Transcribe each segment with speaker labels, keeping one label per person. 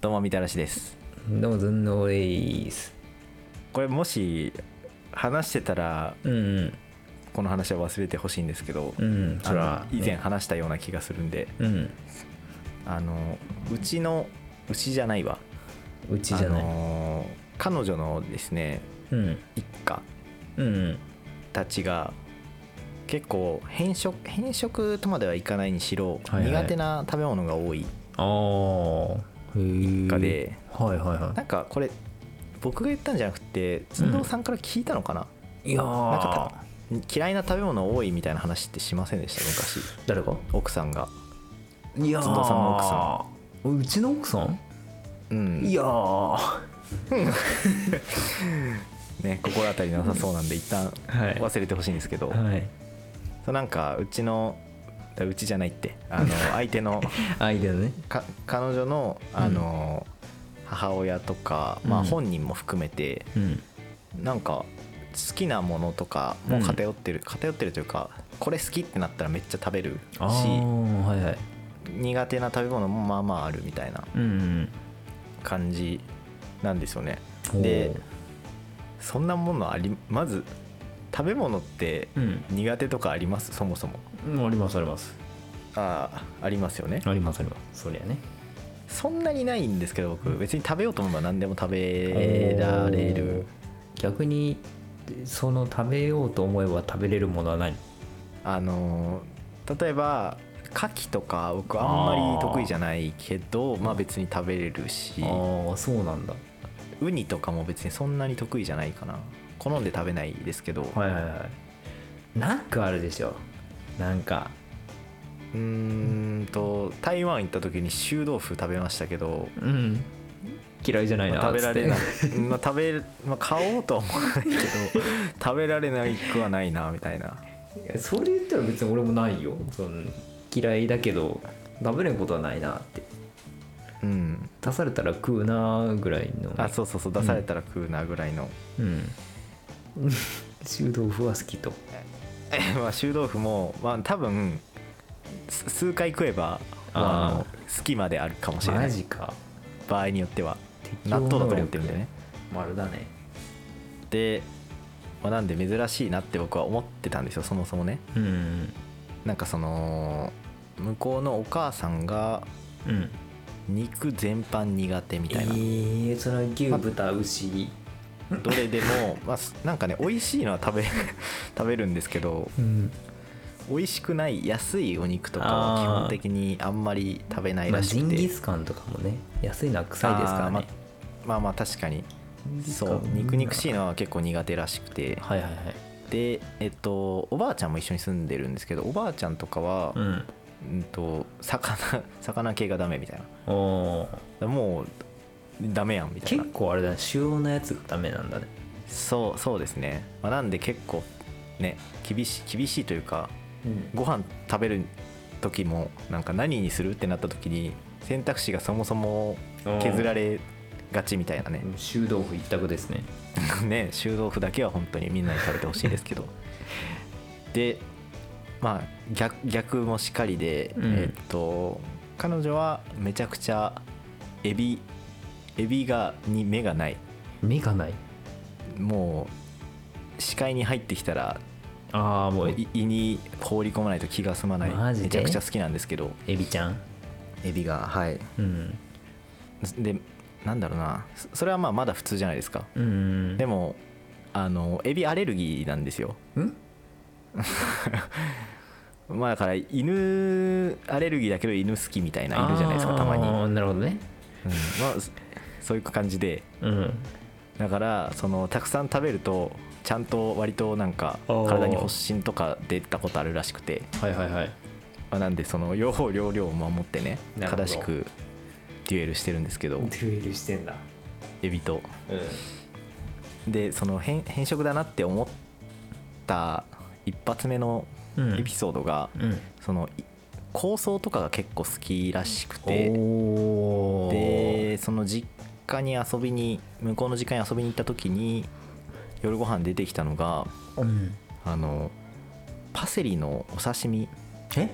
Speaker 1: どうもみたらしです
Speaker 2: どうもずんのうえいっす
Speaker 1: これもし話してたら
Speaker 2: うん
Speaker 1: この話は忘れてほしいんですけど、
Speaker 2: うんうん
Speaker 1: あの以前
Speaker 2: あ
Speaker 1: 話したような気がするんで、
Speaker 2: のうん
Speaker 1: あのうちのうちじゃないわ
Speaker 2: うちじゃない、
Speaker 1: あの彼女のですね
Speaker 2: うん
Speaker 1: 一家
Speaker 2: うん
Speaker 1: たちが結構偏食偏食とまではいかないにしろ、
Speaker 2: はいは
Speaker 1: 苦
Speaker 2: い
Speaker 1: 手な食べ物が多い
Speaker 2: ああへ
Speaker 1: 家
Speaker 2: え
Speaker 1: で、
Speaker 2: はいはいは
Speaker 1: なんかこれ僕が言ったんじゃなくて寸堂さんから聞いたのかな、
Speaker 2: いいやー
Speaker 1: なんか 嫌いな食べ物多いみたいな話ってしませんでした昔
Speaker 2: 誰か
Speaker 1: 奥さんが
Speaker 2: いやー
Speaker 1: 津田さんの奥さ
Speaker 2: んうちの奥さん、
Speaker 1: うん
Speaker 2: いやーは
Speaker 1: ね心当たりなさそうなんで一旦
Speaker 2: はい
Speaker 1: 忘れてほしいんですけど、
Speaker 2: い
Speaker 1: そうなんかうちのうちじゃないってあの 相手の
Speaker 2: アイデアね
Speaker 1: か彼女のあの、母親とか、ま
Speaker 2: う
Speaker 1: あ、
Speaker 2: ん
Speaker 1: 本人も含めて、
Speaker 2: うん
Speaker 1: なんか好きなものとかもう偏ってる、偏ってるというかこれ好きってなったらめっちゃ食べる
Speaker 2: あ
Speaker 1: し
Speaker 2: ーはいはい
Speaker 1: 苦手な食べ物もまあまああるみたいな
Speaker 2: うん
Speaker 1: 感じなんですよね
Speaker 2: うん
Speaker 1: でそんなものありまず食べ物って
Speaker 2: おー
Speaker 1: 苦手とかありますそもそも
Speaker 2: うんありますあります
Speaker 1: ああありますよね
Speaker 2: ありますありますそりゃね
Speaker 1: そんなにないんですけど僕別に食べようと思えば何でも食べられる
Speaker 2: 逆にその食べようと思えば食べれるものはない
Speaker 1: あのー例えば牡蠣とか僕あんまり得意じゃないけどまあ別に食べれるし
Speaker 2: ああそうなんだ
Speaker 1: ウニとかも別にそんなに得意じゃないかな好んで食べないですけどう
Speaker 2: はいはいはいなんかあるでしょなんか
Speaker 1: ーんと台湾行った時に臭豆腐食べましたけど
Speaker 2: うん嫌いじゃないな
Speaker 1: まあ食べられない
Speaker 2: つっ、
Speaker 1: まあ、食べる、まあ、買おうとは思わないけど 食べられないくはないなみたいな
Speaker 2: ていや それ言ったら別に俺もないよその嫌いだけど食べれることはないなって
Speaker 1: うん
Speaker 2: 出されたら食うなぐらいの
Speaker 1: あそうそうそう出されたら食うなぐらいの、
Speaker 2: うん 臭豆腐は好きと
Speaker 1: まあ臭豆腐もまあ多分す数回食えばまああの
Speaker 2: あ
Speaker 1: 好きまであるかもしれな
Speaker 2: マ
Speaker 1: い
Speaker 2: ジか
Speaker 1: 場合によっては
Speaker 2: 適
Speaker 1: 納
Speaker 2: 応
Speaker 1: 豆だと
Speaker 2: 能
Speaker 1: 思っ
Speaker 2: 力
Speaker 1: てるんでね
Speaker 2: 丸だね
Speaker 1: で、まあ、なんで珍しいなって僕は思ってたんですよそもそもね
Speaker 2: うん
Speaker 1: なんかその向こうのお母さんが
Speaker 2: うん
Speaker 1: 肉全般苦手みたいな
Speaker 2: えー、その牛
Speaker 1: ま
Speaker 2: 豚牛
Speaker 1: どれでも、まあ、すなんかね美味しいのは食べ 食べるんですけど
Speaker 2: うん
Speaker 1: 美味しくない安いお肉とかは基本的にあんまり食べない
Speaker 2: まあ
Speaker 1: らし
Speaker 2: ジ
Speaker 1: く
Speaker 2: ン
Speaker 1: て、
Speaker 2: ギスカンとかもね安いのは臭いですからね
Speaker 1: あーまあまあ確かに
Speaker 2: ジンギス
Speaker 1: そ
Speaker 2: カン
Speaker 1: う肉肉しいのは結構苦手らしくて
Speaker 2: はいはいはい
Speaker 1: でえっとおばあちゃんも一緒に住んでるんですけどおばあちゃんとかは
Speaker 2: う、ん
Speaker 1: うん、と魚 魚系がダメみたいなだか
Speaker 2: おー
Speaker 1: らもうダメやんみたいな
Speaker 2: 結構あれだね主要なやつがダメなんだね
Speaker 1: そうそうですね、まあ、なんで結構ね厳しい厳しいというか
Speaker 2: うん
Speaker 1: ご飯食べる時もなんか何にするってなった時に選択肢がそもそも削られがちみたいなね
Speaker 2: 臭豆腐一択ですね
Speaker 1: ね臭豆腐だけは本当にみんなに食べてほしいですけ どでまあ逆逆もしかりで、
Speaker 2: うん
Speaker 1: えっと彼女はめちゃくちゃエビエビがに目がない
Speaker 2: 目がない
Speaker 1: もう視界に入ってきたら
Speaker 2: ああもう
Speaker 1: い胃に放り込まないと気が済まない
Speaker 2: マジで
Speaker 1: めちゃくちゃ好きなんですけど
Speaker 2: エビちゃん
Speaker 1: エビがはい
Speaker 2: うん
Speaker 1: でなんだろうなそそれはまあまだ普通じゃないですか
Speaker 2: うん
Speaker 1: で
Speaker 2: も
Speaker 1: もあのエビアレルギーなんですよ
Speaker 2: ん
Speaker 1: まあだから犬アレルギーだけど犬好きみたいな犬じゃないですかたまに、うんま
Speaker 2: あーなるほどね
Speaker 1: あ、そそういう感じで
Speaker 2: うん
Speaker 1: だからそのたくさん食べるとちゃんと割となんか
Speaker 2: あー
Speaker 1: 体に発疹とか出たことあるらしくて
Speaker 2: はいはいはい
Speaker 1: まあなんでその用法量量を守ってね
Speaker 2: なるほど
Speaker 1: 正しくデュエルしてるんですけど
Speaker 2: デュエルしてんだ
Speaker 1: エビと
Speaker 2: うん
Speaker 1: でその変変色だなって思った一発目の
Speaker 2: うん
Speaker 1: エピソードが、
Speaker 2: うん
Speaker 1: そのい構想とかが結構好きらしくて
Speaker 2: おお
Speaker 1: でその実家に遊びに向こうの実家に遊びに行った時に夜ご飯出てきたのが
Speaker 2: うん
Speaker 1: あのパセリのお刺身
Speaker 2: え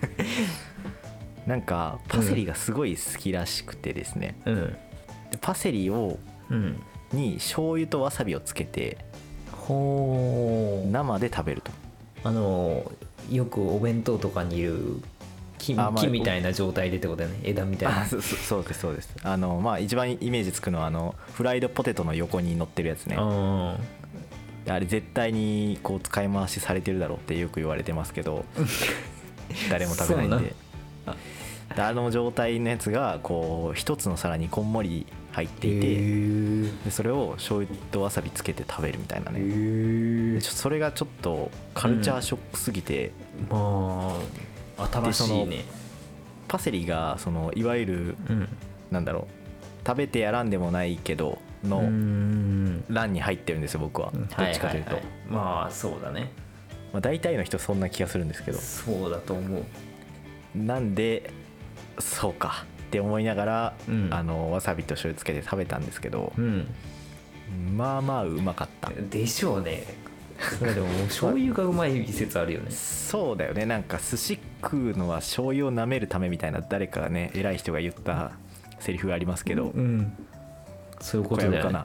Speaker 1: なんかパセリがすごい好きらしくてですね、
Speaker 2: うん
Speaker 1: でパセリを
Speaker 2: うん
Speaker 1: に醤油とわさびをつけて
Speaker 2: ほう
Speaker 1: 生で食べると
Speaker 2: あのよくお弁当とかにいる木,、
Speaker 1: あまあ
Speaker 2: 木みたいな状態でってことだよね枝みたい
Speaker 1: あ
Speaker 2: な
Speaker 1: そそ そうですそうですあのまあ一番イメージつくのはあのフライドポテトの横に乗ってるやつね
Speaker 2: あ
Speaker 1: あれ絶対にこう使い回しされてるだろうってよく言われてますけど誰も食べないんで
Speaker 2: そう
Speaker 1: であの状態のやつがこう一つの皿にこんもり入っていて、
Speaker 2: ーへ
Speaker 1: でそれを醤油とわさびつけて食べるみたいなね
Speaker 2: え
Speaker 1: でちょそれがちょっとカルチャーショックすぎて、
Speaker 2: まあ新しいね
Speaker 1: パセリがそのいわゆる
Speaker 2: うん
Speaker 1: なんだろう食べてやらんでもないけど
Speaker 2: うー
Speaker 1: の
Speaker 2: ん
Speaker 1: 欄に入ってるんですよ僕はどっちかというと、
Speaker 2: はははまあそうだね
Speaker 1: まあ、大体の人そんな気がするんですけど
Speaker 2: そうだと思う
Speaker 1: なんでそうかって思いながら、
Speaker 2: うん
Speaker 1: あのわさびと醤油つけて食べたんですけど
Speaker 2: う、ん
Speaker 1: まあまあうまかった
Speaker 2: でしょう ねそれでももう醤油がうまい説あるよね
Speaker 1: そうだよねなんか寿司食うのは醤油を舐めるためみたいな誰かがね偉い人が言ったセリフがありますけど、
Speaker 2: うんそういうこ
Speaker 1: ことれ
Speaker 2: だ
Speaker 1: やる
Speaker 2: よ
Speaker 1: か
Speaker 2: ね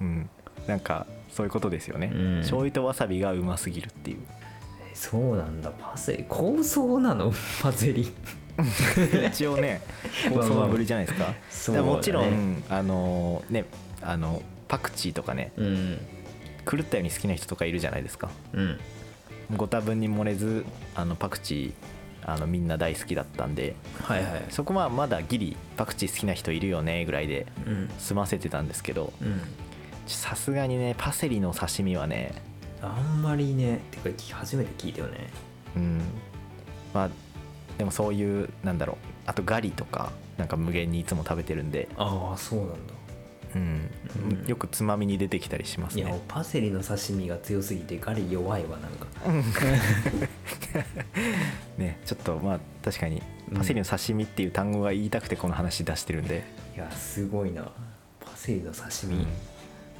Speaker 1: な、うん、なんかそういうことですよね、
Speaker 2: うん
Speaker 1: 醤油とわさびがうますぎるって いう
Speaker 2: そうなんだパセリ構想なの パセリ
Speaker 1: 一応 ね
Speaker 2: まあ
Speaker 1: 構想はぶりじゃないですか,、
Speaker 2: そうだね
Speaker 1: もちろんあのねあのパクチーとかね
Speaker 2: うん
Speaker 1: 狂ったように好きな人とかいるじゃないですか
Speaker 2: うん
Speaker 1: ご多分に漏れずあのパクチーあのみんな大好きだったんで
Speaker 2: はいはい
Speaker 1: そこはまだギリパクチー好きな人いるよねぐらいで
Speaker 2: うん
Speaker 1: 済ませてたんですけど
Speaker 2: うん
Speaker 1: さすがにねパセリの刺身はね
Speaker 2: あんまりねてかき初めて聞いたよね
Speaker 1: うんまあでもそういうなんだろうあとガリとかなんか無限にいつも食べてるんで、
Speaker 2: ああそうなんだ
Speaker 1: うん
Speaker 2: うん
Speaker 1: よくつまみに出てきたりします
Speaker 2: いや
Speaker 1: ね
Speaker 2: パセリの刺身が強すぎてガリ弱いわなんか
Speaker 1: ねちょっとまあ確かにパセリの刺身っていう単語が言いたくてこの話出してるんで、
Speaker 2: いやすごいなパセリの刺身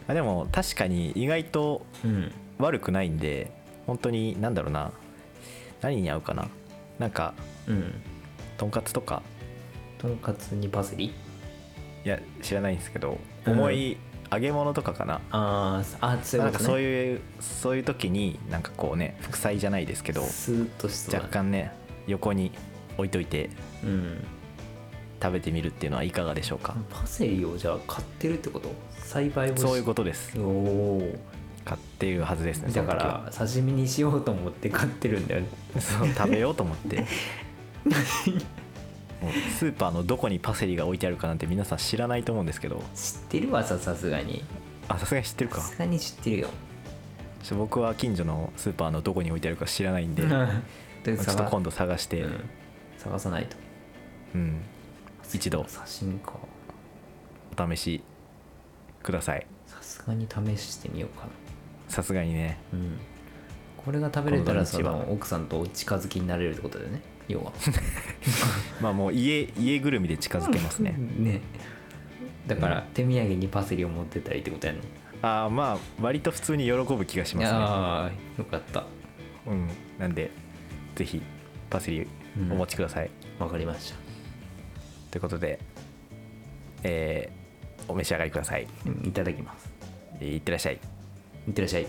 Speaker 1: あでも確かに意外と
Speaker 2: うん
Speaker 1: 悪くないんで本当に何だろうな何に合うかななんか
Speaker 2: うん
Speaker 1: とんかつとか
Speaker 2: とんかつにパセリ
Speaker 1: いや知らないんですけど
Speaker 2: うん
Speaker 1: 重い揚げ物とかかな、
Speaker 2: あーあそうい
Speaker 1: な
Speaker 2: うんこ
Speaker 1: か
Speaker 2: と
Speaker 1: そう
Speaker 2: ね
Speaker 1: いうそういう時になんかこうね副菜じゃないですけど
Speaker 2: スーッとしそうだ
Speaker 1: 若干ね横に置いといて
Speaker 2: うん
Speaker 1: 食べてみるっていうのはいかがでしょうか、
Speaker 2: パセリをじゃあ買ってるってこと栽培をし
Speaker 1: そういうことです
Speaker 2: おお
Speaker 1: 買っていうはずですね
Speaker 2: だか
Speaker 1: その時は
Speaker 2: ら刺身にしようと思って買ってるんだよね
Speaker 1: そう食べようと思って もうスーパーのどこにパセリが置いてあるかなんて皆さん知らないと思うんですけど
Speaker 2: 知ってるわささすがに
Speaker 1: あさすがに知ってる
Speaker 2: さ
Speaker 1: か
Speaker 2: すがに知ってる よ
Speaker 1: ちょ僕は近所のスーパーのどこに置いてあるか知らないんで
Speaker 2: ち
Speaker 1: ちょ
Speaker 2: ょ
Speaker 1: っと今度探して、う
Speaker 2: うんん、探さないと
Speaker 1: 一度
Speaker 2: 刺身か
Speaker 1: お試しください
Speaker 2: さすがに試してみようかな
Speaker 1: さすがにね
Speaker 2: うんこれが食べれたらそ
Speaker 1: この土日
Speaker 2: の奥さんとお近づきになれるってことだよね 要は
Speaker 1: まあもう家家ぐるみで近づけますね
Speaker 2: ねだから手土産にパセリを持ってったりってことやね
Speaker 1: ああまあ割と普通に喜ぶ気がしま
Speaker 2: ああよかった
Speaker 1: すねうんなんでぜひパセリお持ちください、
Speaker 2: わかりました
Speaker 1: ということでえーお召し上がりください
Speaker 2: うんいただきます
Speaker 1: いってらっしゃい
Speaker 2: いってらっしゃい